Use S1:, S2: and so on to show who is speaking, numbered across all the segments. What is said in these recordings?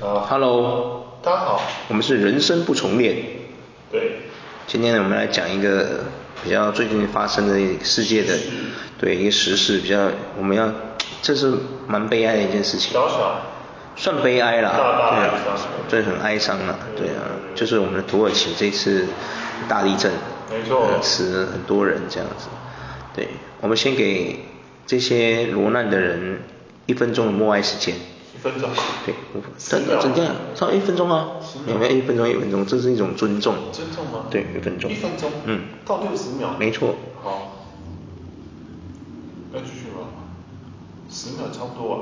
S1: 啊
S2: Hello，
S1: 大家好，
S2: 我们是人生不重练。
S1: 对，
S2: 今天呢，我们来讲一个比较最近发生的世界的对一个时事，比较我们要这是蛮悲哀的一件事情，
S1: 小小，
S2: 算悲哀啦，
S1: 大大
S2: 对
S1: 哀
S2: 啊
S1: 伤，
S2: 这很哀伤啦，对啊，就是我们的土耳其这次大地震，
S1: 没错
S2: 呃死了很多人这样子。对，我们先给这些罹难的人一分钟的默哀时间。
S1: 一分钟，
S2: 对，我
S1: 十
S2: 等
S1: 秒
S2: 等这样，稍一分钟啊，有没有一分钟？一分钟，这是一种尊重。
S1: 尊重吗？
S2: 对，一分钟。
S1: 一分钟，
S2: 嗯，
S1: 到六十秒，
S2: 没错。
S1: 好，要继续吗？十秒差不多啊，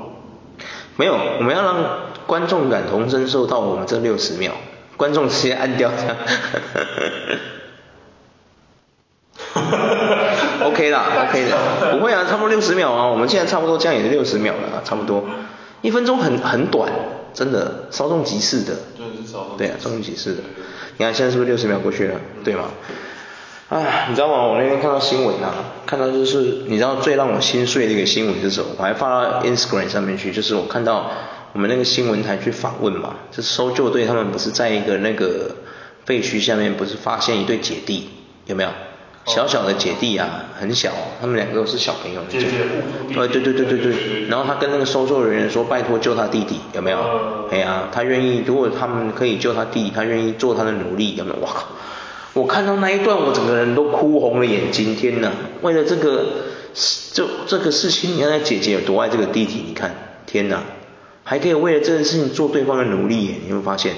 S2: 没有，我们要让观众感同身受到我们这六十秒，观众直接按掉这样。OK 啦，OK 的，不会啊，差不多六十秒啊，我们现在差不多这样也是六十秒了啊，差不多，一分钟很很短，真的，稍纵即逝的。
S1: 真的是少
S2: 对啊，稍纵即逝的
S1: 对对对。
S2: 你看现在是不是六十秒过去了，对吗？哎，你知道吗？我那天看到新闻啊，看到就是你知道最让我心碎的一个新闻是什么？我还发到 Instagram 上面去，就是我看到我们那个新闻台去访问嘛，就是搜救队他们不是在一个那个废墟下面，不是发现一对姐弟，有没有？小小的姐弟啊，很小，他们两个都是小朋友那种
S1: 姐姐误入。地
S2: 呃，对对对对
S1: 对
S2: 对
S1: 对对。
S2: 然后他跟那个搜救人员说：“拜托救他弟弟，有没有？”
S1: 嗯
S2: 哎呀，他愿意，如果他们可以救他弟弟，他愿意做他的努力，有没有？哇靠！我看到那一段，我整个人都哭红了眼睛。天哪！为了这个事，这这个事情，你看那姐姐有多爱这个弟弟，你看，天哪！还可以为了这件事情做对方的努力耶，你有没有发现？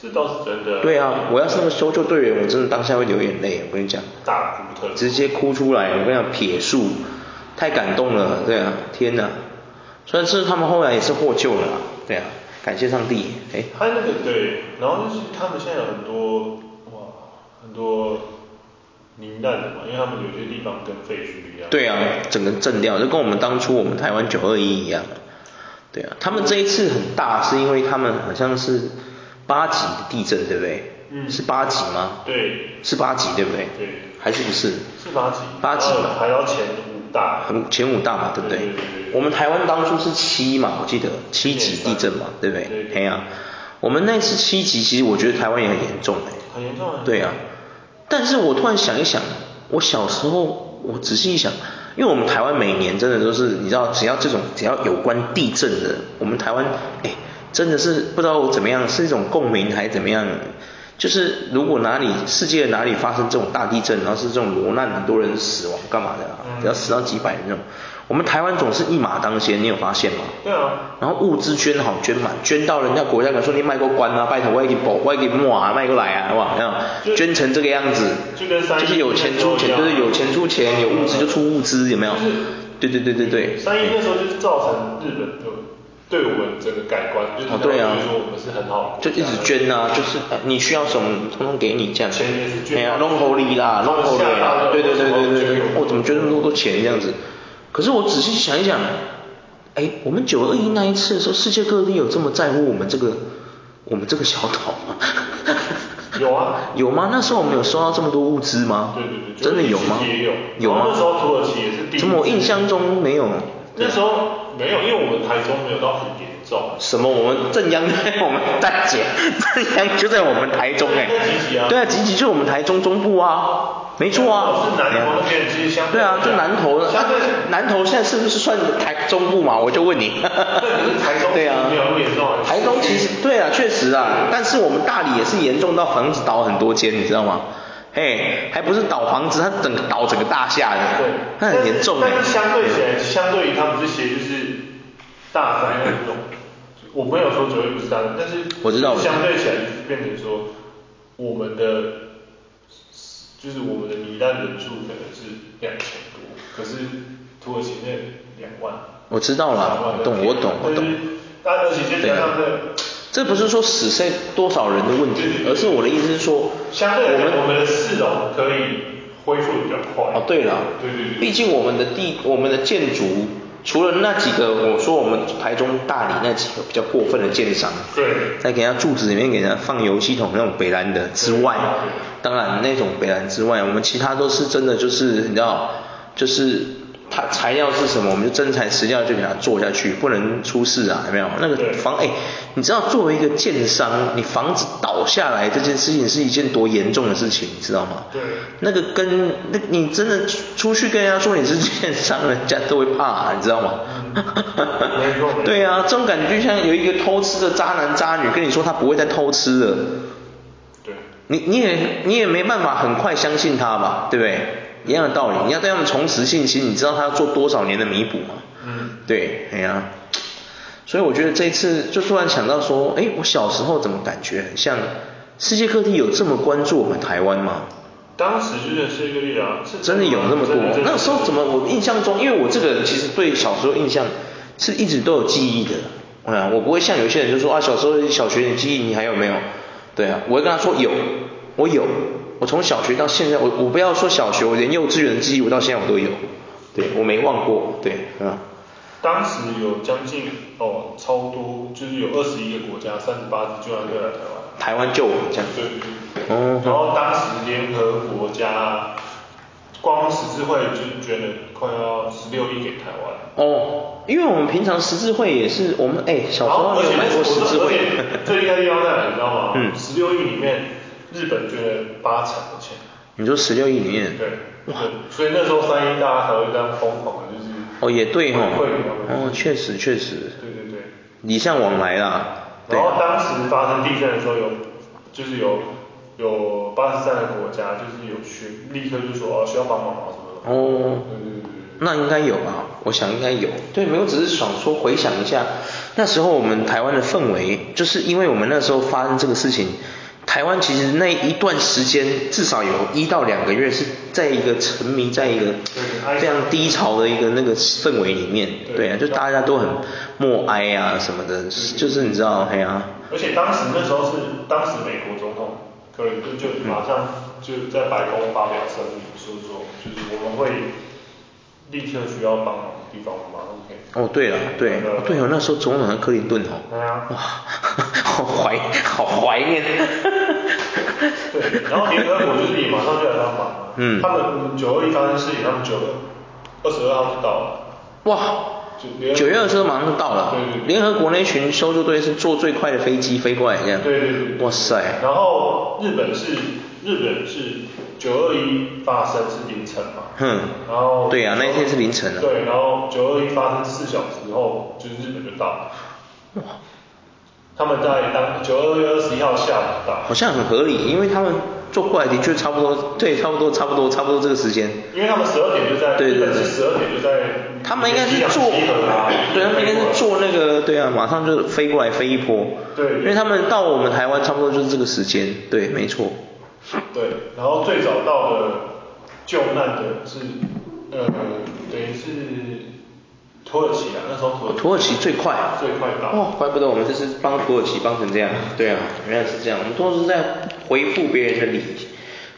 S1: 是倒是真的，
S2: 对，啊，我要是那个搜救队员，我真的当下会流眼泪。我跟你讲，
S1: 大哭特哭，
S2: 直接哭出来，我跟你讲，撇树，太感动了，对啊，天哪！虽然是他们后来也是获救了啊，对啊，感谢上帝，哎，
S1: 他那个对，然后就是他们现在有很多哇，很多罹难的嘛，因为他们有些地方跟废墟一样。
S2: 对啊，整个震掉，就跟我们当初我们台湾九二一一样，对啊，他们这一次很大，是因为他们好像是八级的地震，对不对？
S1: 嗯
S2: 是八级吗？
S1: 对，
S2: 是八级，对不对？
S1: 对
S2: 还是不是？
S1: 是八级，
S2: 八级
S1: 然后
S2: 吧
S1: 还要前五大，
S2: 很前五大嘛，对不对？
S1: 对对对对
S2: 我们台湾当初是七嘛，我记得七级地震嘛，对不对？
S1: 对对
S2: 哎呀、我们那次七级，其实我觉得台湾也很严重哎、
S1: 很严重啊。
S2: 对啊，但是我突然想一想，我小时候我仔细一想，因为我们台湾每年真的都是，你知道，只要这种只要有关地震的，我们台湾哎，真的是不知道怎么样，是一种共鸣还是怎么样。就是如果哪里世界哪里发生这种大地震，然后是这种罹难，很多人死亡干嘛的、啊，
S1: 嗯
S2: 只要死到几百人那种，我们台湾总是一马当先，你有发现吗？
S1: 对啊，
S2: 然后物资捐好捐满，捐到人家国家敢说你卖过关啊，拜托我也给保，我也给抹啊，卖过来啊，好不好？这样
S1: 就
S2: 捐成这个样子，
S1: 就跟三一
S2: 是有钱出钱，
S1: 那时候一样
S2: 就是有钱出钱，有物资就出物资，有没有
S1: 就是？
S2: 对对对对对，
S1: 三一那时候就是造成日本就对我们整个改观，就是
S2: 哦对啊
S1: 就是说我们是很好的
S2: 就
S1: 国家，
S2: 一直捐啊，就是呃你需要什么，通通给你这样。
S1: 钱也是捐
S2: 哎呀，弄好力啦，弄好力啦，对对对对对，我怎么捐那么多钱这样子？可是我仔细想一想，哎，我们九二一那一次的时候，世界各地有这么在乎我们这个我们这个小岛吗？
S1: 有啊，
S2: 有吗？那时候我们有收到这么多物资吗？
S1: 对对对，
S2: 真的有吗？
S1: 也有，
S2: 有
S1: 然
S2: 吗
S1: 后那？时候土耳其也是第一
S2: 怎么我印象中没有？
S1: 那时候没有，因为我们台中没有到很严重，
S2: 什么？我们正阳在 我们大姐，正阳就在我们台中哎、
S1: 在集集啊
S2: 对啊，集集就是我们台中中部啊，没错啊。
S1: 是南投那边其实相对
S2: 对啊，就南投啊
S1: 相对
S2: 南投现在是不是算台中部嘛？我就问你。
S1: 可是台中
S2: 对啊
S1: 没有那么严重啊
S2: 台中其实对啊，确实啊，但是我们大理也是严重到房子倒很多间，你知道吗？嘿，还不是倒房子，它整个倒整个大厦的，
S1: 对，
S2: 它很严重哎、
S1: 但是相对起来，相对于他们这些就是大灾那种，我没有说绝对不是大灾，但是
S2: 我知道
S1: 相对起来就是变成说我们的就是我们的罹难人数可能是两千多，可是土耳其那两万，
S2: 我知道啦
S1: 两万
S2: 我懂我懂我
S1: 但
S2: 懂。
S1: 是但而且再加上那个
S2: 这不是说死剩多少人的问题
S1: 对对，对
S2: 而是我的意思是说，
S1: 相对
S2: 我
S1: 来
S2: 们
S1: 讲，我们的市容可以恢复得比较快。
S2: 哦，对了，
S1: 对对对，
S2: 毕竟我们的地，我们的建筑，除了那几个，我说我们台中、大理那几个比较过分的建商，
S1: 对
S2: 在给人家柱子里面给人家放油系统那种北兰的之外
S1: 对，
S2: 当然那种北兰之外，我们其他都是真的就是你知道，就是它材料是什么，我们就真材实料就给它做下去，不能出事啊，有没有？那个
S1: 对
S2: 房哎、你知道作为一个建商，你房子倒下来这件事情是一件多严重的事情，你知道吗？
S1: 对
S2: 那个跟那你真的出出去跟人家说你是建商，人家都会怕、你知道吗？
S1: 嗯没错没错
S2: 对啊，这种感觉就像有一个偷吃的渣男渣女跟你说他不会再偷吃了。
S1: 对，
S2: 你你也你也没办法很快相信他吧，对不对？一样的道理，你要对他们重拾信心，你知道他要做多少年的弥补嘛？
S1: 嗯
S2: 对，哎呀、所以我觉得这一次就突然想到说，哎，我小时候怎么感觉很像世界各地有这么关注我们台湾吗？
S1: 当时真的是一个力量，是
S2: 真的有那么多
S1: 真的？真的
S2: 那时候怎么我印象中，因为我这个人其实对小时候印象是一直都有记忆的。哎呀，我不会像有些人就说啊，小时候小学的记忆你还有没有？对啊，我会跟他说有，我有，我从小学到现在，我我不要说小学，我连幼稚园的记忆我到现在我都有，对我没忘过，对，嗯，
S1: 当时有将近哦，超多，就是有二十一个国家，三十八支救援队来台湾。
S2: 台湾救我这样子，
S1: 对。
S2: 哦，
S1: 然后当时联合国家光十字会就捐了快要十六亿给台湾。
S2: 哦，因为我们平常十字会也是我们哎、小时候
S1: 而
S2: 有
S1: 且
S2: 买过十字
S1: 我而
S2: 会，
S1: 且最厉害的地方在哪，你知道吗？
S2: 嗯
S1: 十六亿里面，日本捐了八成的钱。
S2: 你说十六亿里面，
S1: 对。对。所以那时候三一大家才会这样疯狂的，就是。
S2: 哦，也对哈、
S1: 会
S2: 哦，确实确实，
S1: 对对对。
S2: 礼尚往来啦。对啊
S1: 然，后当时发生地震的时候有，就是有有八十三个国家，就是有去立刻就说哦需要帮忙啊什么的。
S2: 哦
S1: 对，对对
S2: 那应该有吧？我想应该有。对，没有，只是想说回想一下那时候我们台湾的氛围，就是因为我们那时候发生这个事情，台湾其实那一段时间至少有一到两个月是在一个沉迷在一个
S1: 哀伤
S2: 非常低潮的一个那个氛围里面，
S1: 对
S2: 对啊，就大家都很默哀啊什么的，就是你知道，哎呀、
S1: 对。而且当时那时候是当时美国总统克林顿就马上就在白宫发表声明，说说就是我们会立刻需要帮忙的地方，我们马上可以。
S2: 哦，对了，对，哦对哦，那时候总统是克林顿哦，
S1: 对啊
S2: 哇，好怀，好怀念，
S1: 对，然后联合国就是也马上就来帮忙了。
S2: 嗯
S1: 他们九二一发生事情，他们九二十二号就到了。
S2: 哇
S1: 就联，合
S2: 九月二十号马上就到了
S1: 对对，对
S2: 联合国那群搜救队是坐最快的飞机飞过来这样，
S1: 对对对对
S2: 哇塞，
S1: 然后日本是日本是九二一发生是凌晨嘛，
S2: 哼
S1: 然后
S2: 对啊那一天是凌晨啊
S1: 对，然后九二一发生四小时后，就是日本就到了，
S2: 哇，
S1: 他们在当九二月二十一号下午到，
S2: 好像很合理，因为他们坐过来的确差不多，对，差不多，差不多，差不多这个时间，
S1: 因为他们十二点就在，
S2: 对对对
S1: 日本是十二点就在，
S2: 他们应该是坐，
S1: 集合啊，
S2: 对，他们应该是
S1: 坐，
S2: 坐那个，对啊，马上就飞过来飞一波，
S1: 对
S2: 因为他们到我们台湾差不多就是这个时间，对，没错，
S1: 对，然后最早到的救难的是呃，等于是土耳其啊，那时候土耳其
S2: 土耳其最快，
S1: 最快到。
S2: 哦，怪不得我们这次帮土耳其帮成这样，对啊，原来是这样，我们都是在回复别人的礼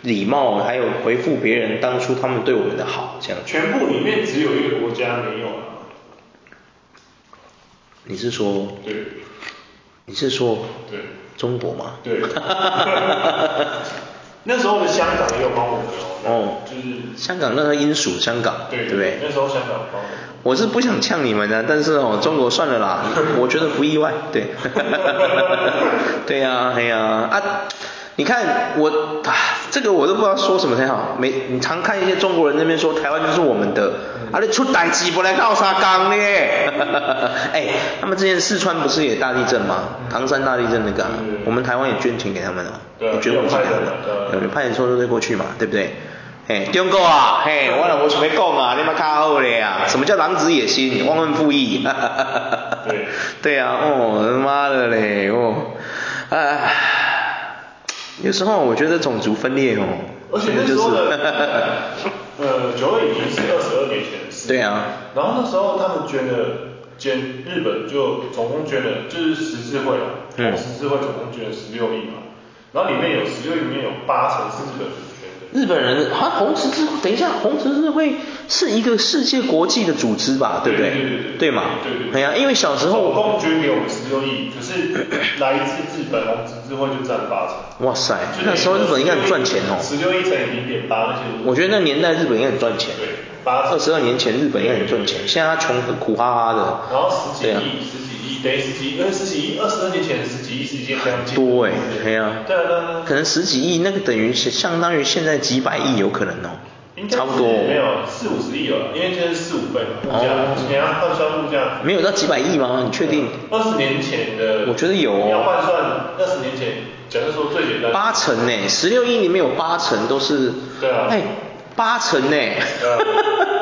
S2: 礼貌，还有回复别人当初他们对我们的好，这样。
S1: 全部里面只有一个国家没有啊。
S2: 你是说，
S1: 对，
S2: 你是说
S1: 对，
S2: 中国吗？
S1: 对。那时候的香港也有帮我们哦，
S2: 哦
S1: 就是
S2: 香港那个英属香港，
S1: 对
S2: 对不对？
S1: 那时候香港有帮我们。
S2: 我是不想呛你们的，但是哦，中国算了啦，我觉得不意外，对， 对呀、哎呀啊你看我啊，这个我都不知道说什么才好。每你常看一些中国人那边说台湾就是我们的，啊，你出代志不来靠啥讲呢？ 哎，他们之前四川不是也大地震吗？唐山大地震那个啊、
S1: 嗯
S2: 我们台湾也捐钱给他们哦，
S1: 对啊
S2: 也捐款给他们
S1: 有派人，
S2: 有派人说都队过去嘛，对不对？哎，中国啊，嘿，我若无想要讲啊，你妈卡好嘞啊！什么叫狼子野心、忘恩负义？
S1: 对，
S2: 对啊，哦，他妈的嘞，哦，哎，有时候我觉得种族分裂哦，
S1: 而且那
S2: 就
S1: 时候
S2: 是
S1: 的， 呃，九二已经是二十二年前的事。
S2: 对啊。
S1: 然后那时候他们捐了，捐日本就总共捐了，就是十字会啊，
S2: 嗯
S1: 十字会总共捐了十六亿嘛，然后里面有十六亿里面有八成是日本人捐的。
S2: 日本人啊，红十字，等一下，红十字会是一个世界国际的组织吧，对不对？
S1: 对对对
S2: 对嘛？
S1: 对对对
S2: 哎呀，因为小时
S1: 总
S2: 候，
S1: 共捐给我们十六亿，可 是来自日本红十字会就占八成。
S2: 哇塞，那时候日本应该很赚钱哦。
S1: 十六亿乘以零点八，那些
S2: 我觉得那年代日本应该很赚钱。
S1: 对八
S2: 二十二年前日本也很赚钱，现在他穷得苦哈哈的。
S1: 然后十几亿、
S2: 对啊
S1: 十几亿，等于十几亿，因为十几亿，二十二年前十几亿是一件非常
S2: 多哎、对呀、
S1: 对啊对啊对啊
S2: 可能十几亿，那个等于相当于现在几百亿有可能哦，
S1: 应该
S2: 差不多、
S1: 是没
S2: 哦，
S1: 有四五十亿了，因为现在是四五倍嘛，物价
S2: 哦，
S1: 你要换算物价，
S2: 没有到几百亿吗？你确定？
S1: 二十年前的，
S2: 我觉得有哦
S1: 要换算二十年前，假设说最简单，
S2: 八成呢、十六亿里面有八成都是，
S1: 对啊
S2: 哎，八成呢、
S1: 对啊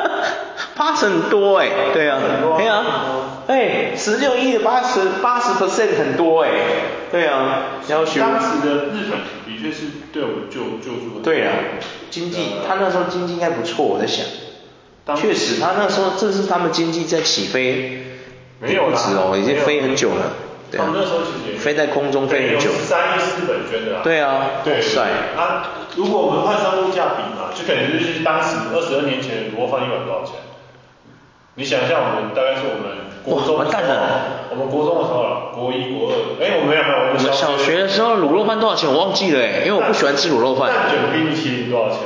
S2: 八成很多哎、对啊
S1: 很多啊，
S2: 对啊
S1: 很多啊，
S2: 哎，十六亿的八十八十 percent 很多哎、对啊，要学。
S1: 当时的日本的确是对我们救救助很
S2: 对啊，
S1: 对
S2: 经济
S1: 啊，
S2: 他那时候经济应该不错，我在想
S1: 当。
S2: 确实，他那时候这是他们经济在起飞，
S1: 没有
S2: 不
S1: 啦
S2: 止哦，已经飞很久了。对
S1: 他
S2: 啊
S1: 们那时候其实也，
S2: 飞在空中飞很久。
S1: 三亿是日本捐的啊，
S2: 对啊
S1: 对，
S2: 哇塞
S1: 啊，如果我们换算物价比嘛，就等于就是当时二十二年前的卤肉饭一碗多少钱？你想一下，我们大概是我们国中的
S2: 哇完
S1: 时
S2: 蛋
S1: 候
S2: 了，
S1: 我们国中的时候了，国一、国二，哎，我们没有没有，我
S2: 我
S1: 们
S2: 们小学的时候卤肉饭多少钱？我忘记了哎，因为我不喜欢吃卤肉饭。
S1: 蛋卷冰淇淋多少钱？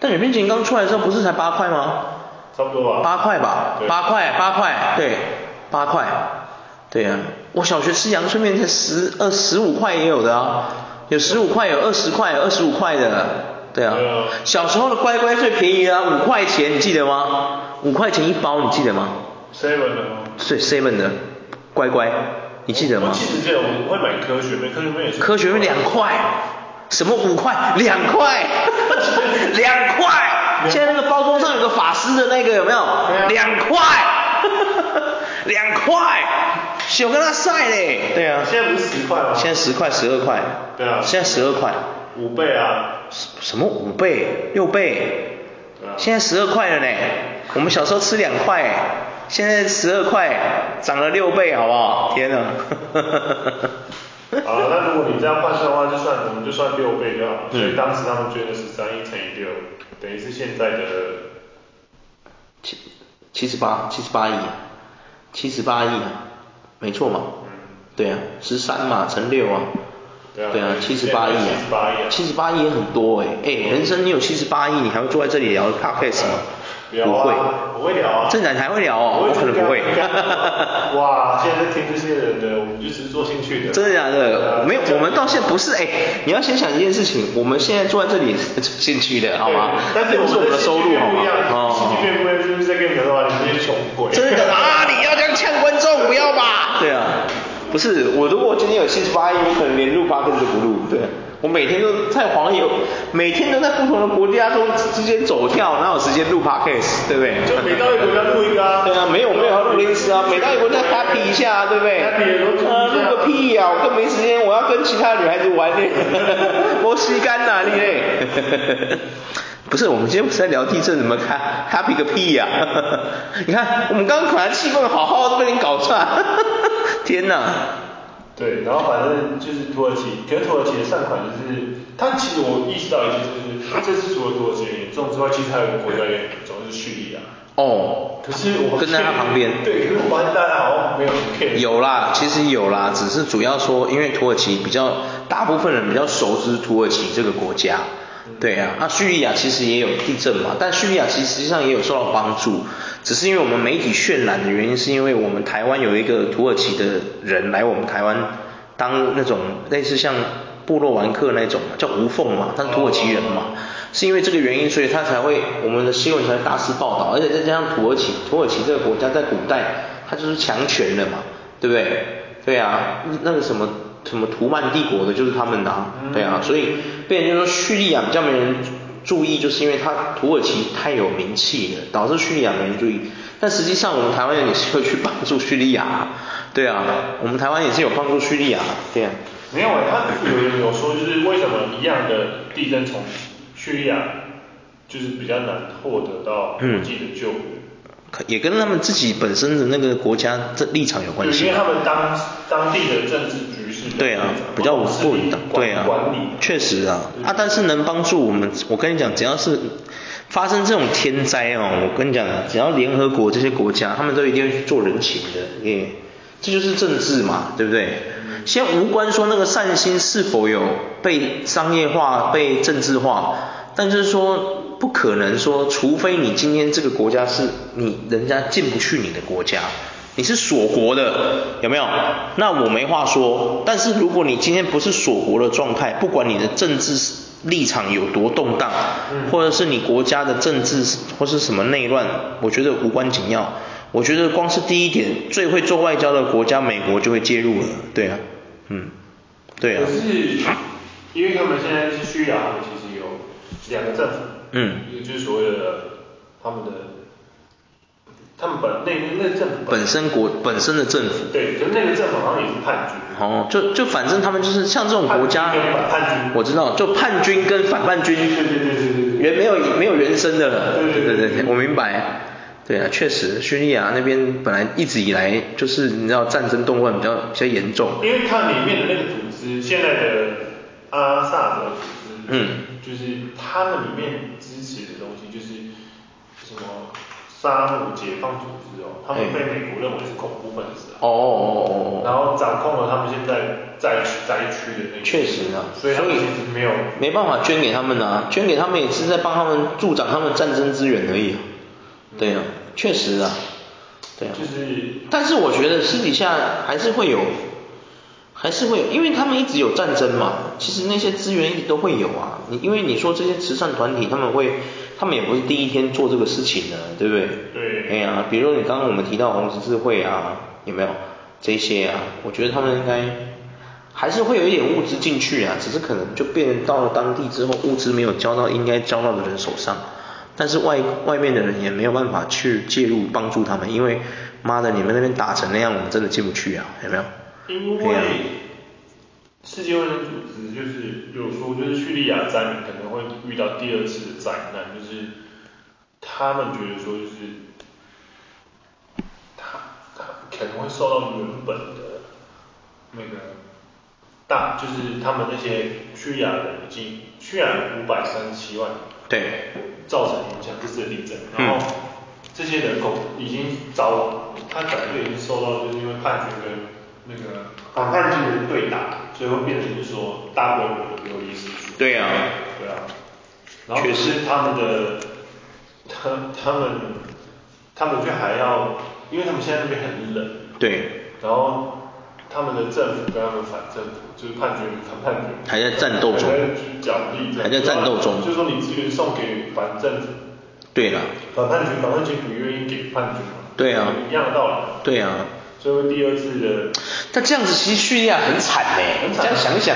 S2: 但卷冰淇淋刚出来的时候不是才八块吗？
S1: 差不多吧。
S2: 八块吧
S1: 对，
S2: 八块，八块，对，八块，对啊，我小学吃阳春面才十二十五块也有的啊，有十五块，有二十块，有二十五块的，对啊
S1: 对啊，
S2: 小时候的乖乖最便宜啊，五块钱，你记得吗？五块钱一包，你记得吗？
S1: seven 哦的吗？
S2: 对，seven 的乖乖，你记得吗
S1: 我？记得记得，我会买科学面，科学面也是。
S2: 科学面两块，什么五块，两 块，两块。现在那个包装上有个法师的那个有没有
S1: 对啊？
S2: 两块，两块，小跟他晒嘞。对啊，
S1: 现在不是十块吗？
S2: 现在十块、十二块。
S1: 对啊
S2: 现在十二块，
S1: 五倍啊。
S2: 什什么五倍、六倍？
S1: 对啊。
S2: 现在十二块了呢。我们小时候吃两块，现在十二块，涨了六倍，好不好？天哪！
S1: 好了，啊那如果你这样换算的话，就算我们就算六倍就好了。
S2: 嗯
S1: 所以当时他们捐的是三亿乘以六，等于是现在的
S2: 七七十八七十八亿，啊七十八亿啊，没错嘛，对啊，十三嘛乘六啊，
S1: 嗯对啊
S2: 七十八亿啊，
S1: 78
S2: 七十八亿也很多哎、哎、人生你有七十八亿，你还会坐在这里聊 podcast 吗？
S1: 聊
S2: 不
S1: 啊
S2: 会，，
S1: 我会聊啊。
S2: 正然还会聊哦，
S1: 我
S2: 我可能不会。
S1: 哇，现在在听这些人的，我们就只是做兴趣的。
S2: 真的假
S1: 对啊
S2: 的？没有，我们到现在不是哎、你要先想一件事情，我们现在坐在这里也是兴趣的，好吗
S1: 对？但是
S2: 这不是我们的收入，好吗？哦
S1: 兴趣变不一样，就是在跟你们说啊，你们这些穷鬼。
S2: 真的 啊！你要这样呛观众，不要吧？对啊，不是我，如果今天有七十八亿，我可能连录八个都不录。对，我每天都在黄油，每天都在不同的国家中之间走跳，哪有时间录 podcast？对不对？
S1: 就每到一个国家录一个啊。
S2: 对啊，没有没有要录零食啊，每到一国再 happy 一下啊，对不对？
S1: happy 也都录一下
S2: 啊，录个屁呀、我更没时间，我要跟其他女孩子玩 呢，我吸干呐，你嘞？ 不是，我们今天不是在聊地震，怎么看 happy 个屁呀、 你看，我们刚刚本来气氛好好的，被你搞串， 天哪！
S1: 对，然后反正就是土耳其，可是土耳其的善款就是，它其实我意识到一件事，就是这次除了土耳其很严重之外，其实还有一个国家也很严重，就是叙利亚。
S2: 哦，
S1: 可是我
S2: 跟在他旁边
S1: 对，可是我发现大家好像没有很 care。
S2: 有啦，其实有啦，只是主要说，因为土耳其比较大部分人比较熟知土耳其这个国家，对啊，那叙利亚其实也有地震嘛，但叙利亚其实实际上也有受到帮助，只是因为我们媒体渲染的原因，是因为我们台湾有一个土耳其的人来我们台湾当那种类似像部落玩客那种嘛，叫无缝嘛，他是土耳其人嘛。是因为这个原因，所以他才会我们的新闻才会大肆报道，而且再加上土耳其，土耳其这个国家在古代它就是强权的嘛，对不对？对啊，那个什么什么图曼帝国的就是他们的、啊，对啊，所以被人就说叙利亚比较没人注意，就是因为它土耳其太有名气了，导致叙利亚没人注意。但实际上我们台湾人也是有去帮助叙利亚啊，对啊，我们台湾也是有帮助叙利亚啊，对啊。
S1: 没有欸，他有人有说，就是为什么一样的地震从叙利亚就是比较难获得到国际的救援。
S2: 可也跟他们自己本身的那个国家这立场有关
S1: 对，
S2: 系。
S1: 因为他们当当地的政治局势
S2: 对啊，比较稳
S1: 不
S2: 固的，对啊
S1: 管理，
S2: 确实啊，啊，但是能帮助我们，我跟你讲，只要是发生这种天灾哦，我跟你讲，只要联合国这些国家，他们都一定会去做人情的，耶，这就是政治嘛，对不对？
S1: 嗯
S2: 先无关说那个善心是否有被商业化、被政治化，但就是说不可能说，除非你今天这个国家是你人家进不去你的国家，你是锁国的，有没有？那我没话说。但是如果你今天不是锁国的状态，不管你的政治立场有多动荡，
S1: 嗯
S2: 或者是你国家的政治或是什么内乱，我觉得无关紧要。我觉得光是第一点，最会做外交的国家美国就会介入了，对啊，嗯，对啊
S1: 可，是，因为他们现在是叙利亚，他们其实有两个政府，
S2: 嗯，
S1: 一个就是所谓的他们的，他们本那那个政府
S2: 本身国本身的政府。
S1: 对，就那个政府好像也是叛军，
S2: 哦，就就反正他们就是像这种国
S1: 叛
S2: 家
S1: 军跟反叛军，
S2: 我知道，就叛军跟反叛军，
S1: 对对对对对
S2: 原没有没有原生的了，
S1: 对对
S2: 对
S1: 对
S2: 对我明白。对啊，确实，叙利亚那边本来一直以来就是你知道战争动乱比较比较严重，
S1: 因为它里面的那个组织，现在的阿萨德组织，
S2: 嗯，
S1: 就是他们里面支持的东西就是什么沙姆解放组织哦，他们被美国认为是恐怖分子啊，
S2: 哦哦哦哦
S1: 然后掌控了他们现在在灾区的那个，
S2: 确实啊
S1: 所以他们其实没有，
S2: 哦，没办法捐给他们啊，捐给他们也是在帮他们助长他们战争资源而已啊。对啊，确实啊，对啊，
S1: 就是
S2: 但是我觉得私底下还是会有，还是会有，因为他们一直有战争嘛。其实那些资源一直都会有啊。你因为你说这些慈善团体，他们会，他们也不是第一天做这个事情的，对不对？
S1: 对
S2: 哎呀、比如你刚刚我们提到红十字会啊，有没有这些啊？我觉得他们应该还是会有一点物资进去啊，只是可能就变成到了当地之后，物资没有交到应该交到的人手上，但是外外面的人也没有办法去介入帮助他们，因为妈的，你们那边打成那样，我们真的进不去啊，有没有？
S1: 因
S2: 对
S1: 为
S2: 啊
S1: 世界卫生组织就是有说，就是叙利亚灾民可能会遇到第二次的灾难，就是他们觉得说，就是他他可能会受到原本的那个大，就是他们那些叙利亚人已经叙利亚五百三十七万人
S2: 对，
S1: 造成影响，这是地震，然后这些人口已经早晚，他早就已经受到，就是因为叛军跟那个反叛军的对打，所以会变成说大规模的流离失所。
S2: 对啊
S1: 对啊。然后可
S2: 确实
S1: 是他们的，他他们他们却还要，因为他们现在那边很冷，
S2: 对，
S1: 然后他们的政府跟他们反政府，就是叛军反叛军，
S2: 还在战斗中
S1: 还在去奖励这样，
S2: 还在战斗中
S1: 就是说你资源送给反政府，
S2: 对了，
S1: 反叛军，反叛军不愿意给叛军嘛，
S2: 对啊
S1: 一样的道理，
S2: 对啊。
S1: 所以会第二次的，
S2: 但这样子其实叙利亚很惨呢、
S1: 很
S2: 这
S1: 惨啊
S2: 样想一想，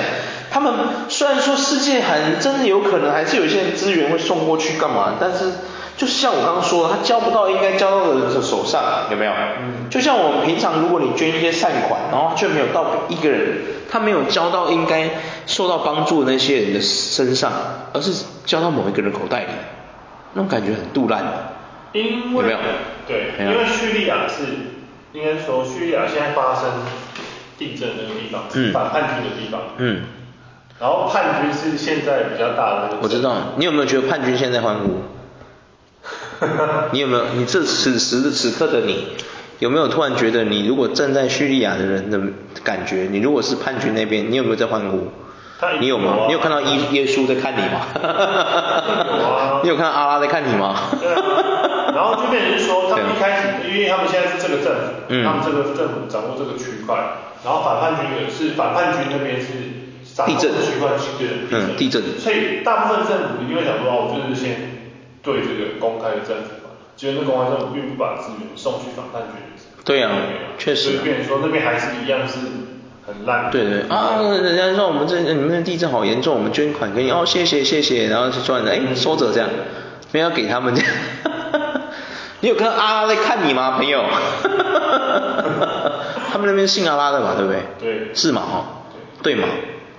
S2: 他们虽然说世界很真的有可能还是有一些资源会送过去干嘛，但是就像我刚刚说的，他交不到应该交到的人手上，有没有？
S1: 嗯
S2: 就像我们平常，如果你捐一些善款，然后却没有到一个人，他没有交到应该受到帮助的那些人的身上，而是交到某一个人口袋里，那种感觉很杜烂。
S1: 因
S2: 有没
S1: 为
S2: 有啊
S1: 对，
S2: 没有
S1: 因为叙利亚是应该说叙利亚现在发生地震那个地方，
S2: 嗯
S1: 反叛军的地方，
S2: 嗯，
S1: 然后叛军是现在比较大的那个，
S2: 我知道，你有没有觉得叛军现在欢呼？你有没有？你这此时的此刻的你，有没有突然觉得，你如果站在叙利亚的人的感觉，你如果是叛军那边，你有没有在欢呼
S1: 他？
S2: 你有吗？
S1: 有啊
S2: 你有看到耶耶稣在看你吗？
S1: 有啊
S2: 你有看到阿拉在看你吗？
S1: 对啊， 然后就变成是说，他们
S2: 对
S1: 一开始，因为他们现在是这个政府，
S2: 嗯
S1: 他们这个政府掌握这个区块，然后反叛军也是反叛军那边是掌握
S2: 地震
S1: 区块区对
S2: 嗯地震
S1: 所以大部分政府因为想说，哦，我就是先对这个公开的政府嘛，结果那公开政府并不把资源送去反叛军，
S2: 对啊
S1: 那边嘛
S2: 确实
S1: 所以变成说那边还是一样是很烂，
S2: 对对啊，人家说我们这你们的地震好严重，我们捐款给你哦，谢谢谢谢，然后就赚了，哎，收着这样，没有给他们这 样。你有看到阿拉在看你吗，朋友？ 他们那边信阿拉的嘛，对不对？
S1: 对
S2: 是嘛？哈，对嘛？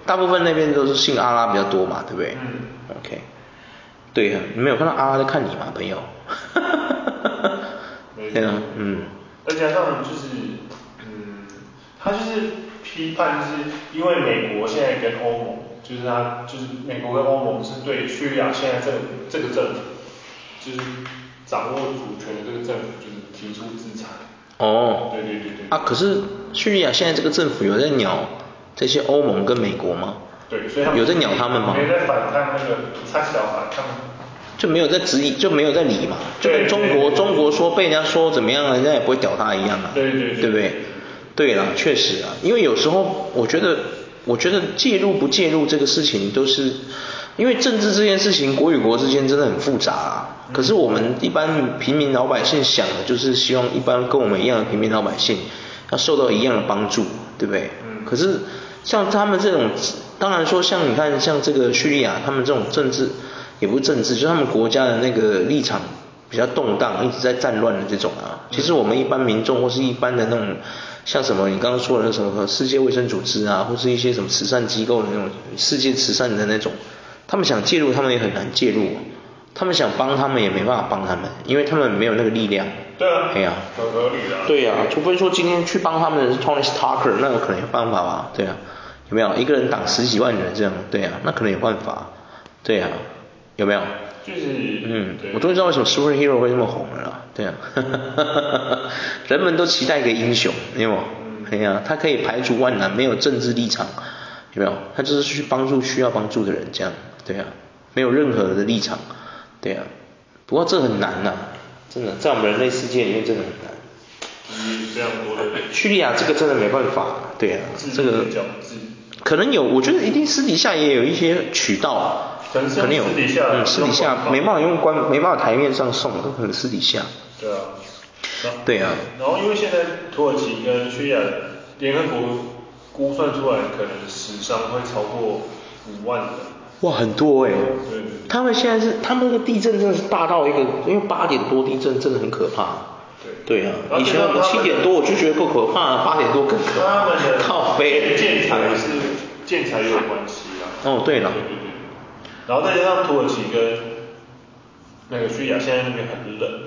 S2: 大部分那边都是信阿拉比较多嘛，对不对？
S1: 嗯
S2: OK，对啊，你没有看到阿拉在看你吗，朋友？
S1: 没
S2: 对
S1: 错
S2: 啊，嗯，
S1: 再加上就是，嗯，他就是批判，就是因为美国现在跟欧盟，就是他就是美国跟欧盟是对叙利亚现在这个这个政府，就是掌握主权的这个政府，就是提出制裁。
S2: 哦，
S1: 对对对对。
S2: 啊，可是叙利亚现在这个政府有在鸟这些欧盟跟美国吗？
S1: 对，所以他们
S2: 有在鸟他们吗？
S1: 没在反抗那个，他想反抗
S2: 就没有在质疑，就没有在理嘛，就跟
S1: 对
S2: 中
S1: 对
S2: 国
S1: 对
S2: 中国说被人家说怎么样，人家也不会屌他一样啊，
S1: 对对对
S2: 不对？对啦，确实啊，因为有时候我觉得，我觉得介入不介入这个事情都是，因为政治这件事情，国与国之间真的很复杂啊。
S1: 嗯
S2: 可是我们一般平民老百姓想的就是希望一般跟我们一样的平民老百姓要受到一样的帮助，对不对？
S1: 嗯
S2: 可是像他们这种，当然说像你看像这个叙利亚，他们这种政治也不是政治，就是他们国家的那个立场比较动荡，一直在战乱的这种啊。其实我们一般民众或是一般的那种，像什么你刚刚说的那什么世界卫生组织啊，或是一些什么慈善机构的那种世界慈善的那种，他们想介入，他们也很难介入。他们想帮他们也没办法帮他们，因为他们没有那个力量。
S1: 对啊，
S2: 哎呀、
S1: 很合理的、啊。
S2: 对呀、除非说今天去帮他们的是 Tony Starker，那有可能有办法吧？对啊，有没有一个人挡十几万人这样？对啊，那可能有办法。对啊，有没有？
S1: 就是
S2: 嗯
S1: 对，
S2: 我终于知道为什么 superhero 会这么红了啦。对啊， 人们都期待一个英雄，有没有？哎呀、他可以排除万难，没有政治立场，有没有？他就是去帮助需要帮助的人，这样，对啊，没有任何的立场，对啊。不过这很难呐、真的，在我们人类世界里面真的很难。
S1: 基于这样多 的
S2: 叙利亚这个真的没办法，对啊，这个
S1: 角质，
S2: 可能有，我觉得一定私底下也有一些渠道，啊
S1: 可能是
S2: 可能有，
S1: 私底下
S2: 嗯，私底下没办法用官，没办法台面上送，都很私底下。
S1: 对啊，然后
S2: 对啊，
S1: 然后因为现在土耳其跟叙利亚联合国估算出来，可能死伤会超过五万人。
S2: 哇，很多哎、
S1: 对对对
S2: 他们现在是，他们那个地震真的是大到一个，因为八点多地震真的很可怕。
S1: 对
S2: 对啊，
S1: 然后
S2: 以前
S1: 就是他
S2: 我
S1: 们
S2: 们七点多我就觉得够可怕了，八点多更可怕
S1: 他们的。
S2: 靠飞
S1: 建材也是建材也有关系啊。
S2: 哦对了
S1: 对对对。然后再加上土耳其跟那个叙利亚现在那边很冷，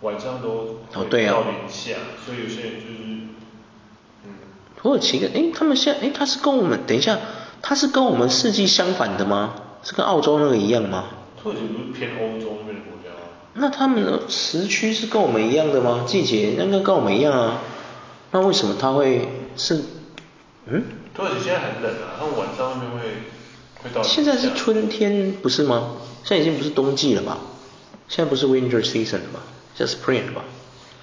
S1: 晚上都
S2: 哦对啊
S1: 到零下，所以有些人就是嗯，
S2: 土耳其跟诶，他们现在诶，他是跟我们等一下，他是跟我们世纪相反的吗？是跟澳洲那个一样吗？
S1: 土耳其不是偏欧洲那边的国家吗？
S2: 那他们的时区是跟我们一样的吗？季节应该跟我们一样啊。那为什么他会是嗯？
S1: 土耳其现在很冷啊，他们晚上那边会会到零下
S2: 现在是春天不是吗？现在已经不是冬季了吧？现在不是 winter season 了吧？叫 spring 了吧？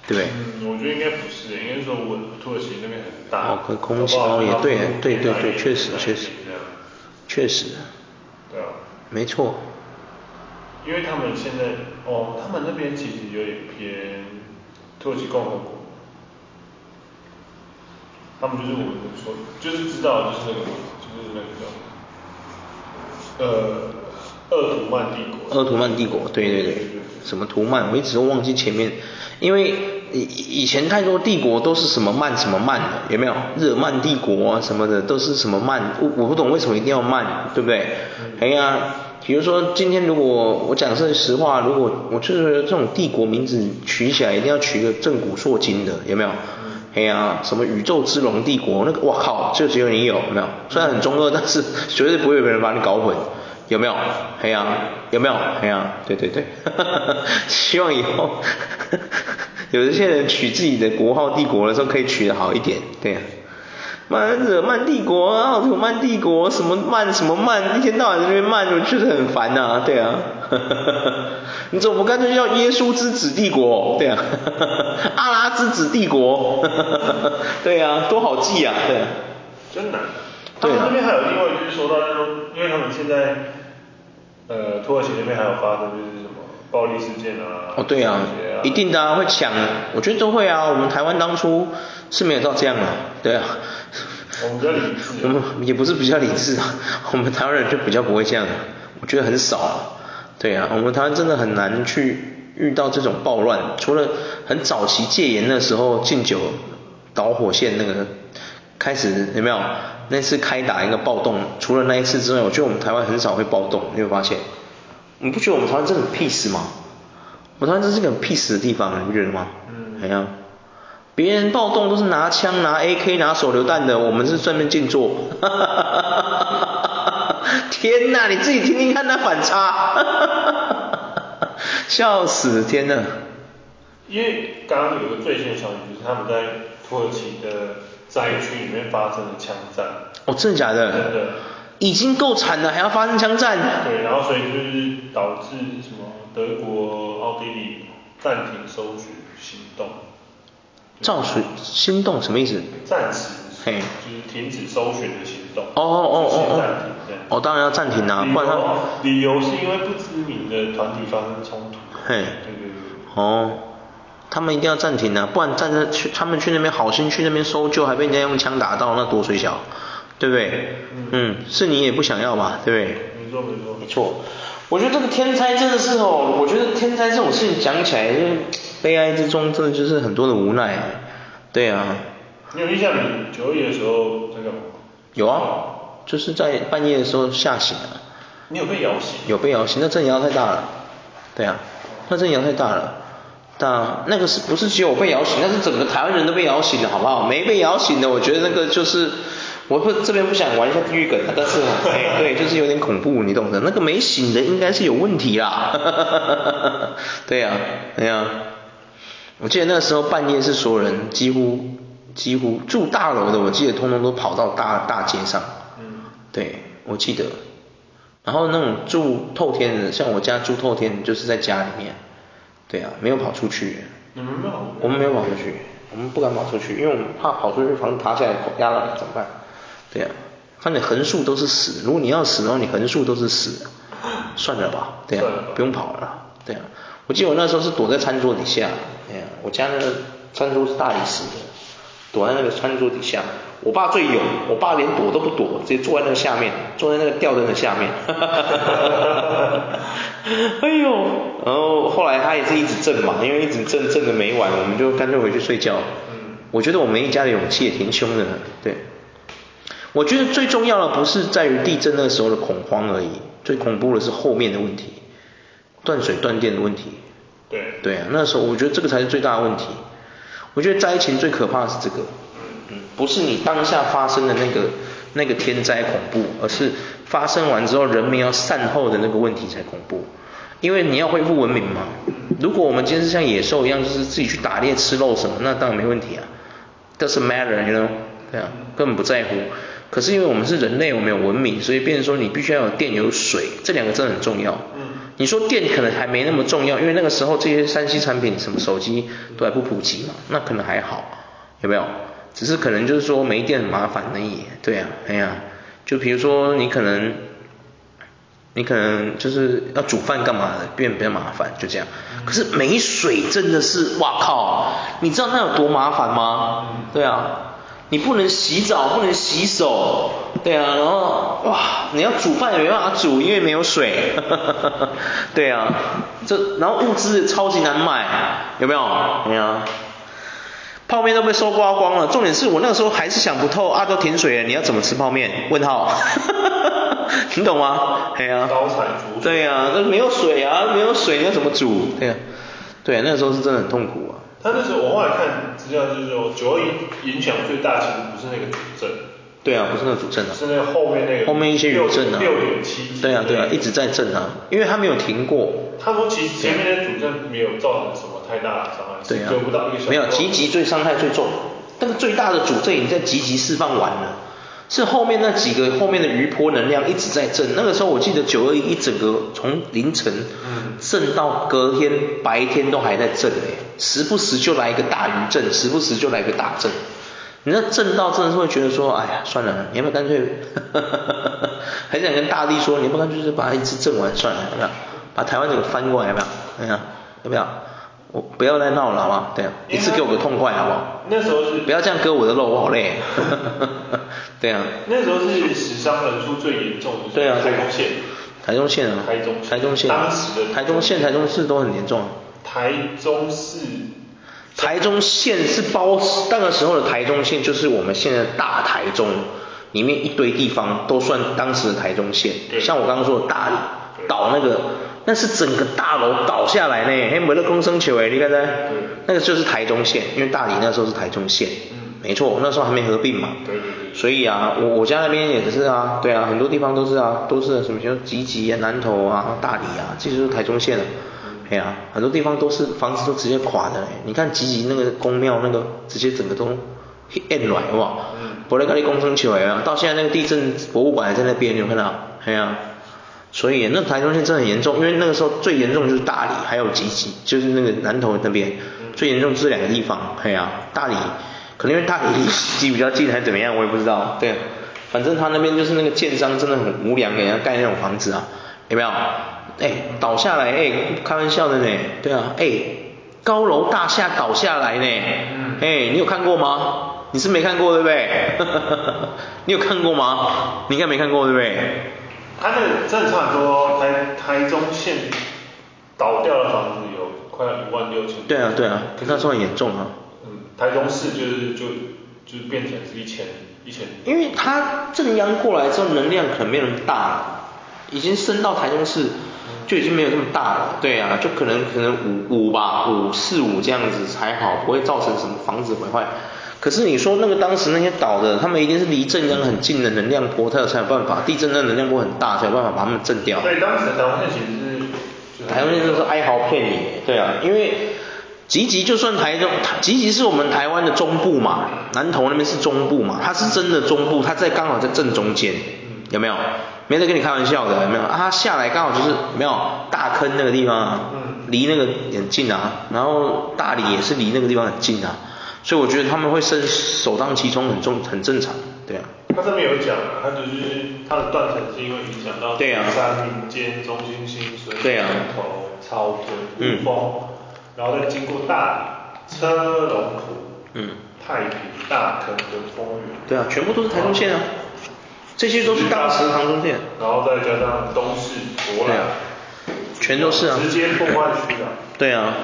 S2: 对不对？
S1: 嗯，我觉得应该不是，应该是说我土耳其那边很大，
S2: 哦可空气
S1: 搞不好
S2: 哦也
S1: 它
S2: 对
S1: 不
S2: 对对
S1: 来
S2: 对
S1: 一
S2: 确实
S1: 来一
S2: 确实
S1: 这样
S2: 确实，
S1: 对啊，
S2: 没错。
S1: 因为他们现在哦，他们那边其实有点偏土耳其共和国，他们就是我们说就是知道就是那个就是那个叫什么呃鄂图曼帝国，
S2: 鄂图曼帝国，对对对，什么图曼，我一直都忘记前面，因为以以前太多帝国都是什么曼什么曼的，有没有？日耳曼帝国啊什么的都是什么曼，我我不懂为什么一定要曼，对不对？哎呀，比如说今天如果我讲这实话，如果我就是这种帝国名字取起来一定要取个正古烁今的，有没有？哎呀，什么宇宙之龙帝国那个，哇靠，就只有你有，有没有？虽然很中二，但是绝对不会有人把你搞混，有没有？哎呀，有没有？哎呀，对对 对，希望以后 有一些人取自己的国号帝国的时候可以取得好一点，对呀、啊曼日耳曼帝国、奥图曼帝国，什么曼什么曼，一天到晚在那边曼，我觉得很烦呐、对啊。 你怎么不干脆叫耶稣之子帝国？对啊， 阿拉之子帝国， 对啊，多好记啊，对啊。
S1: 真难。他
S2: 对啊
S1: 们那边还有另外就是说到，就是说，因为他们现在，呃，土耳其那边还有发生就是什么暴力事件啊，
S2: 哦，对啊
S1: 这些，
S2: 一定的啊，会抢，我觉得都会啊。我们台湾当初是没有到这样的，对啊。
S1: 我们比较理智
S2: 我们也不是比较理智啊，我们台湾人就比较不会这样，啊我觉得很少啊。对啊，我们台湾真的很难去遇到这种暴乱，除了很早期戒严的时候禁酒导火线那个开始有没有？那次开打一个暴动，除了那一次之外，我觉得我们台湾很少会暴动，你有没有发现？你不觉得我们台湾真的很 peace 吗？我们台湾真是个很 peace 的地方，啊你不觉得吗？
S1: 嗯
S2: 哎呀，别人暴动都是拿枪、拿 AK、拿手榴弹的，我们是专门静坐。 天哪，你自己听听看那反差， 笑死！天哪，
S1: 因为刚刚有一个最新的消息，就是他们在土耳其的灾区里面发生了枪战，
S2: 哦，真的假的？
S1: 真的
S2: 已经够惨了，还要发生枪战？
S1: 对，然后所以就是导致什么德国、奥地利暂停收取行动，
S2: 造水心动什么意思？
S1: 暂时
S2: 嘿
S1: 就是停止搜寻的行动。
S2: 哦哦哦
S1: 就是先
S2: 哦
S1: 暂停对
S2: 哦，哦，当然要暂停啦、
S1: 理
S2: 不然他
S1: 由理由是因为不知名的团体发生冲突。
S2: 嘿
S1: 对对对，
S2: 哦，他们一定要暂停啊，不然站在去他们去那边好心去那边搜救，还被人家用枪打到，那多水小，对不对？嗯，是你也不想要嘛，对不对？
S1: 没错没错。
S2: 没错，我觉得这个天灾真的是哦，我觉得天灾这种事情讲起来，就悲哀之中真的就是很多的无奈，对啊，
S1: 你有印象你九月的时候那个吗？
S2: 有啊，就是在半夜的时候吓醒啊了、
S1: 你有被摇醒？
S2: 有被摇醒，那阵摇太大了，对啊，那阵摇太大了。那那个是不是只有我被摇醒？那是整个台湾人都被摇醒了，好不好？没被摇醒的，我觉得那个就是，我不这边不想玩一下地狱梗啊，但是、哎，对，就是有点恐怖，你懂的。那个没醒的应该是有问题啦。 对呀、对呀、我记得那时候半夜是所有人几乎几乎住大楼的，我记得通通都跑到大大街上。
S1: 嗯
S2: 对，我记得。然后那种住透天的，像我家住透天，就是在家里面。对啊，没有跑出去，
S1: 你们没有？
S2: 我们没有跑出去，我们不敢跑出去，因为我们怕跑出去，房子塌下来压到你怎么办？对啊，看你横竖都是死，如果你要死，然后你横竖都是死，算了吧，对啊
S1: 算了吧，
S2: 不用跑了啦，对啊。我记得我那时候是躲在餐桌底下，哎呀、我家那个餐桌是大理石的，躲在那个餐桌底下。我爸最勇，我爸连躲都不躲，直接坐在那个下面，坐在那个吊灯的下面。哎呦，然后后来他也是一直震嘛，因为一直震震的没完，我们就干脆回去睡觉。
S1: 嗯
S2: 我觉得我们一家的勇气也挺凶的，对。我觉得最重要的不是在于地震那时候的恐慌而已，最恐怖的是后面的问题，断水断电的问题。
S1: 对。
S2: 对啊，那时候我觉得这个才是最大的问题。我觉得灾情最可怕的是这个，嗯，不是你当下发生的那个那个天灾恐怖，而是发生完之后人民要善后的那个问题才恐怖。因为你要恢复文明嘛，如果我们今天是像野兽一样，就是自己去打猎吃肉什么，那当然没问题啊，doesn't matter，you know，对啊，根本不在乎。可是因为我们是人类，我们有文明，所以变成说你必须要有电有水，这两个真的很重要。
S1: 嗯
S2: 你说电可能还没那么重要，因为那个时候这些三 C 产品什么手机都还不普及嘛，那可能还好，有没有？只是可能就是说没电很麻烦而已。对啊，哎呀、就比如说你可能，你可能就是要煮饭干嘛的，变比较麻烦，就这样。可是没水真的是，哇靠！你知道那有多麻烦吗？对啊，你不能洗澡，不能洗手，对啊，然后哇，你要煮饭也没办法煮，因为没有水， 对啊，这然后物资超级难买，有没有？没有、泡面都被搜刮光了，重点是我那个时候还是想不透啊，都停水了，你要怎么吃泡面？问号， 你懂吗？哎呀、
S1: 高产族
S2: 对呀、那没有水啊，没有水你要怎么煮？对呀、对、那个时候是真的很痛苦啊。
S1: 他那时候我后来看资料，就是说九二一影响最大，其实不是那个主震，
S2: 对啊，不是那个主政啊，
S1: 是那个后面那个
S2: 后面一些
S1: 六
S2: 余震啊，
S1: 六点七。
S2: 对啊对啊，一直在震啊，因为它没有停过。
S1: 他说其实前面的主震没有造成什么太大的伤害，
S2: 对啊
S1: 就不到一个小时。
S2: 没有积极最伤害最重，那个最大的主阵已经在积极释放完了，是后面那几个后面的余波能量一直在震。那个时候我记得九二一一整个从凌晨
S1: 嗯
S2: 震到隔天白天都还在震哎、时不时就来一个大余震，时不时就来一个大震。你那震到真的是会觉得说，哎呀，算了，你要不要干脆， 很想跟大地说，你要不要干脆就是把它一次震完算了，要不要？把台湾整个翻过来，要不要？哎呀，要不要？我不要再闹了，好不好？对啊，一次给我个痛快，好不好？
S1: 那时候是
S2: 不要这样割我的肉，我好 累。对啊，
S1: 那时候是死伤人数最严重的，
S2: 对啊，对
S1: 台
S2: 啊
S1: 东县，
S2: 台中县啊，
S1: 台中县
S2: 台中县，
S1: 当时的
S2: 台中县、台中市都很严重啊。
S1: 台中市，
S2: 台中县是包那个时候的台中县，就是我们现在的大台中里面一堆地方都算当时的台中县
S1: 对。
S2: 像我刚刚说的大理
S1: 对
S2: 倒那个，那是整个大楼倒下来呢，嘿，没了空生球哎，你看看，那个就是台中县，因为大理那时候是台中县，
S1: 嗯
S2: 没错，那时候还没合并嘛，
S1: 对对对
S2: 所以啊，我我家那边也是啊，对啊，很多地方都是啊，都是什么像集集啊、南投啊、大理啊，这就是台中县了、哎呀、很多地方都是房子都直接垮的嘞。欸你看集集那个宫庙那个，直接整个都淹软好不好？
S1: 嗯
S2: 不勒咖喱工程球哎啊，到现在那个地震博物馆还在那边，你有看到？哎呀、所以那台中县真的很严重，因为那个时候最严重就是大理，还有集集，就是那个南投那边最严重是这两个地方。哎呀、大理可能因为大理离集集比较近还是怎么样，我也不知道。对，反正他那边就是那个建商真的很无良，给人家盖那种房子啊，有没有？哎，倒下来，哎，开玩笑的呢。对啊，哎，高楼大厦倒下来呢。
S1: 嗯
S2: 哎，你有看过吗？你是没看过对不 对？你有看过吗？你应该没看过对不对？
S1: 他那个正常说哦台台中县倒掉的房子有快五万六千。
S2: 对啊，对啊，那时候很严重啊。
S1: 嗯，台中市就是就就是变成是一千一千，
S2: 因为它正央过来之后，能量可能没有那么大了，已经升到台中市就已经没有那么大了。对啊，就可能可能五五吧，五四五这样子还好，不会造成什么房子毁坏。可是你说那个当时那些倒的，他们一定是离正央很近的能量波，它才有办法，地震的能量波很大，才有办法把它们震掉。
S1: 所以当时台湾县其实是就是
S2: 台湾就是哀嚎遍野，对啊，因为集集就算台中，集集是我们台湾的中部嘛，南投那边是中部嘛，它是真的中部，它在刚好在正中间，
S1: 嗯
S2: 有没有？没在跟你开玩笑的，有没有？啊，它下来刚好就是有没有大坑那个地方啊，
S1: 嗯
S2: 离那个很近啊，然后大理也是离那个地方很近啊，所以我觉得他们会身首当其冲，很重很正常，对啊。
S1: 他这边有讲，他就是他的断层是因为影响到
S2: 对啊
S1: 山民间、中心薪水、
S2: 对啊
S1: 头、草屯、
S2: 嗯
S1: 雾峰，然后再经过大理、车龙湖、
S2: 嗯
S1: 太平、大坑跟丰原，
S2: 对啊，全部都是台中县啊，这些都是当时台中县，
S1: 然后再加上东市、博
S2: 对
S1: 览
S2: 啊，全都是啊，
S1: 直接破坏区了。
S2: 对啊，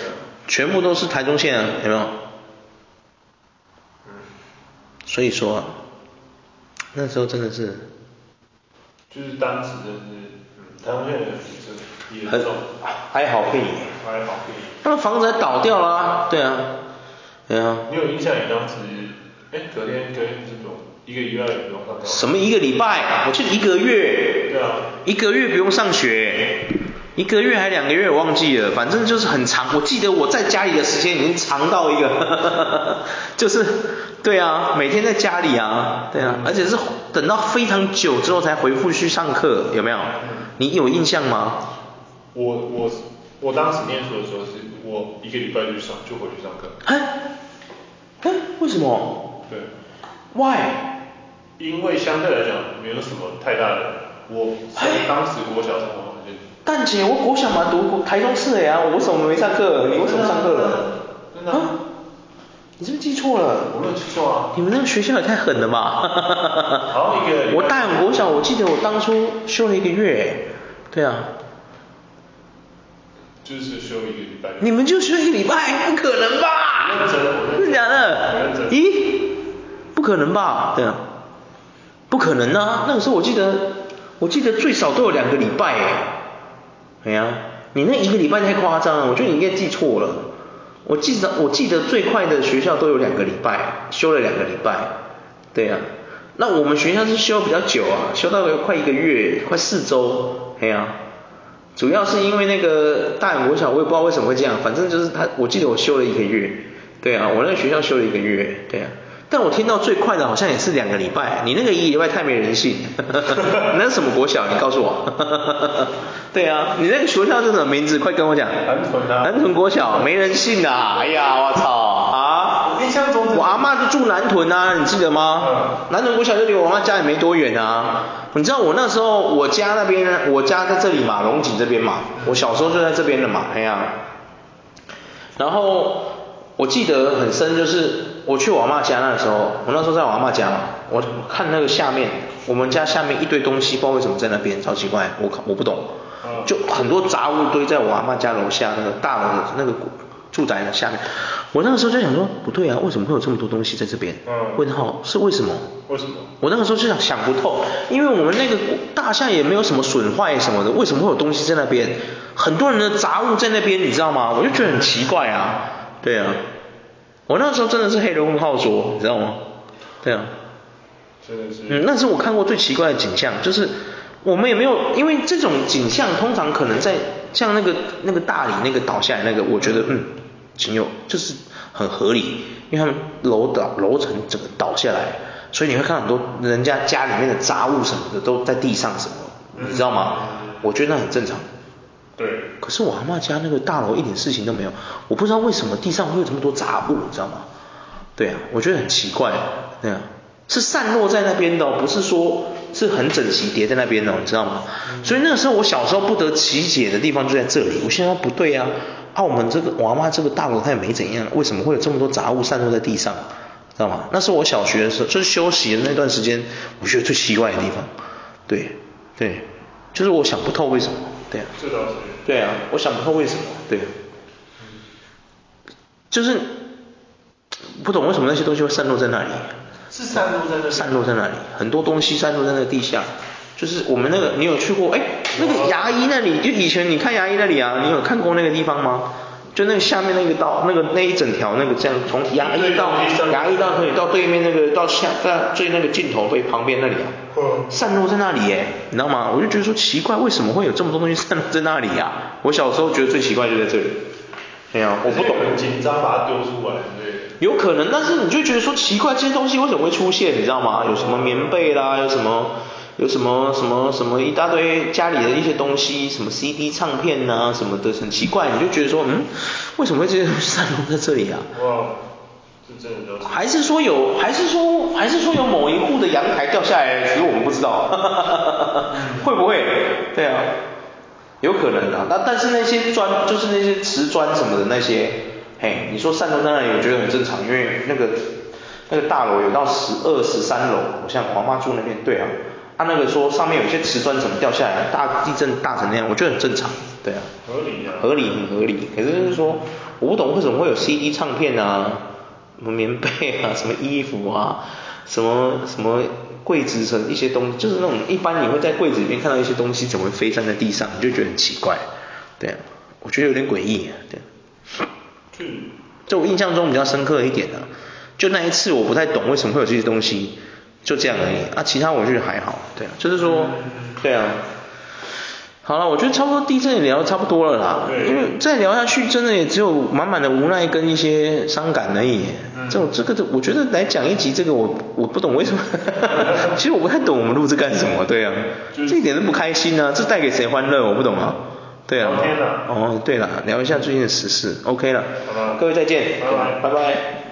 S1: 对啊，
S2: 全部都是台中县啊，有没有？
S1: 嗯，
S2: 所以说、啊，那时候真的是
S1: 就是当时真的是，嗯，台湾现在是严
S2: 很
S1: 重，
S2: 还好可以，
S1: 还好可以。
S2: 那房子还倒掉了、啊，对啊，对啊，
S1: 你有印象你当时，哎，隔天隔天是多一个礼拜也不用上班。
S2: 什么一个礼拜，我记得一个月，
S1: 对啊，
S2: 一个月不用上学，一个月还两个月我忘记了，反正就是很长。我记得我在家里的时间已经长到一个， 就是对啊，每天在家里啊，对啊，而且是等到非常久之后才回复去上课，有没有？你有印象吗？
S1: 我我我当时念书的时候是，我一个礼拜就上就回去上课。
S2: 啊？啊？为什么
S1: 对，
S2: ？Why？
S1: 因为相对来讲没有什么太大的，我当时国小才刚开始。
S2: 蛋姐，我国小嘛读台中市的呀，我为什么没上课？你为什么上课了？
S1: 真的啊真的啊
S2: 啊？你是不是记错了？
S1: 我没有记错啊。
S2: 你们那个学校也太狠了吧！
S1: 好一个
S2: 我大勇国小，我记得我当初休了一个月，对啊，
S1: 就是休一个礼拜。
S2: 你们就休一个礼拜，不可能吧？
S1: 我认真我认真
S2: 真的假
S1: 我
S2: 的
S1: 认真？
S2: 咦，不可能吧？对啊，不可能啊！那个时候我记得，我记得最少都有两个礼拜哎。哎呀，你那一个礼拜太夸张了，我觉得你应该记错了。我记得我记得最快的学校都有两个礼拜，休了两个礼拜。对啊，那我们学校是休比较久啊，休到快一个月，快四周。哎呀、主要是因为那个大勇国小，我也不知道为什么会这样，反正就是他，我记得我休了一个月，对啊，我那个学校休了一个月，对啊，但我听到最快的好像也是两个礼拜，你那个一个礼拜太没人性， 你那是什么国小？你告诉我， 对啊，你那个学校是什么名字？快跟我讲，
S1: 南屯啊
S2: 南屯国小没人性啊，哎呀，我操啊！
S1: 我印象中是
S2: 我阿妈就住南屯啊，你记得吗？
S1: 嗯
S2: 南屯国小就离我妈家也没多远啊。你知道我那时候我家那边呢，我家在这里嘛，龙井这边嘛，我小时候就在这边的嘛，哎呀、然后我记得很深，就是我去我阿妈家那时候，我那时候在我阿妈家嘛，我看那个下面，我们家下面一堆东西，不知道为什么在那边，超奇怪，我看我不懂
S1: 嗯，
S2: 就很多杂物堆在我阿妈家楼下那个大楼的那个住宅的下面。我那个时候就想说，不对啊，为什么会有这么多东西在这边？
S1: 嗯
S2: 问号是为什么？
S1: 为什么？
S2: 我那个时候就想想不透，因为我们那个大象也没有什么损坏什么的，为什么会有东西在那边？很多人的杂物在那边，你知道吗？我就觉得很奇怪啊。对啊，我那时候真的是黑人问号说，你知道吗？对啊，
S1: 真的是。
S2: 嗯，那是我看过最奇怪的景象，就是我们也没有，因为这种景象通常可能在像那个那个大理那个倒下来那个，我觉得嗯，仅有就是很合理，因为他们楼倒楼层整个倒下来，所以你会看很多人家家里面的杂物什么的都在地上什么，你知道吗？我觉得那很正常。
S1: 对，
S2: 可是我阿嬷家那个大楼一点事情都没有，我不知道为什么地上会有这么多杂物，你知道吗？对啊，我觉得很奇怪，对啊，是散落在那边的、哦，不是说是很整齐叠在那边的、哦，你知道吗？所以那个时候我小时候不得其解的地方就在这里，我现在不对啊，澳门这个我阿嬷这个大楼它也没怎样，为什么会有这么多杂物散落在地上？知道吗？那是我小学的时候，就是休息的那段时间，我觉得最奇怪的地方，对，对，就是我想不透为什么，对啊。
S1: 这倒是。
S2: 对啊，我想不透为什么，对，啊就是不懂为什么那些东西会散落在那里，
S1: 是散落在那里。
S2: 散落在那里，很多东西散落在那个地下。就是我们那个，你有去过？哎，那个牙医那里，就以前你看牙医那里啊，你有看过那个地方吗？就那个下面那个道，那个那一整条那个这样，从牙医到牙医到可以到对面那个到下到最那个尽头被旁边那里啊。
S1: 嗯
S2: 散落在那里耶，你知道吗？我就觉得说奇怪，为什么会有这么多东西散落在那里呀、我小时候觉得最奇怪就在这里。哎呀、我不懂，
S1: 很紧张把它丢出来，对。
S2: 有可能，但是你就觉得说奇怪，这些东西为什么会出现？你知道吗？有什么棉被啦，有什么有什么什么什么一大堆家里的一些东西，什么 CD 唱片呐、什么的，很奇怪，你就觉得说，嗯，为什么会这些东西散落在这里啊？
S1: 哇，这真的就是。
S2: 还是说有，还是说，还是说有某一户的阳台掉下来，只是我们不知道， 会不会？对啊，有可能的、啊。那但是那些砖，就是那些瓷砖什么的那些，嘿，你说散落在那里，我觉得很正常，因为那个那个大楼有到十二、十三楼，我像黄妈住那边，对啊，他、那个说上面有些瓷砖怎么掉下来，大地震大成那样，我觉得很正常，对啊。
S1: 合理啊
S2: 合理很合理。可是就是说，我不懂为什么会有 CD 唱片啊，什么棉被啊，什么衣服啊，什么什么柜子什么一些东西，就是那种一般你会在柜子里面看到一些东西，怎么会飞散在地上，你就觉得很奇怪。对啊，我觉得有点诡异、啊。对，
S1: 去
S2: 这我印象中比较深刻一点的、啊就那一次我不太懂为什么会有这些东西，就这样而已啊，其他我觉得还好，对啊，就是说，对啊。好了，我觉得差不多地震也聊得差不多了啦，
S1: 对
S2: 因为再聊下去真的也只有满满的无奈跟一
S1: 嗯
S2: 些伤感而已。这种这个我觉得来讲一集这个我我不懂为什 么，其实我不太懂我们录制干什么，对啊，
S1: 就是
S2: 这一点都不开心啊，这带给谁欢乐我不懂啊，对啊，
S1: 聊天啊
S2: 哦对了，聊一下最近的时事，OK 了
S1: 好吧，
S2: 各位再见，
S1: 拜拜
S2: 拜拜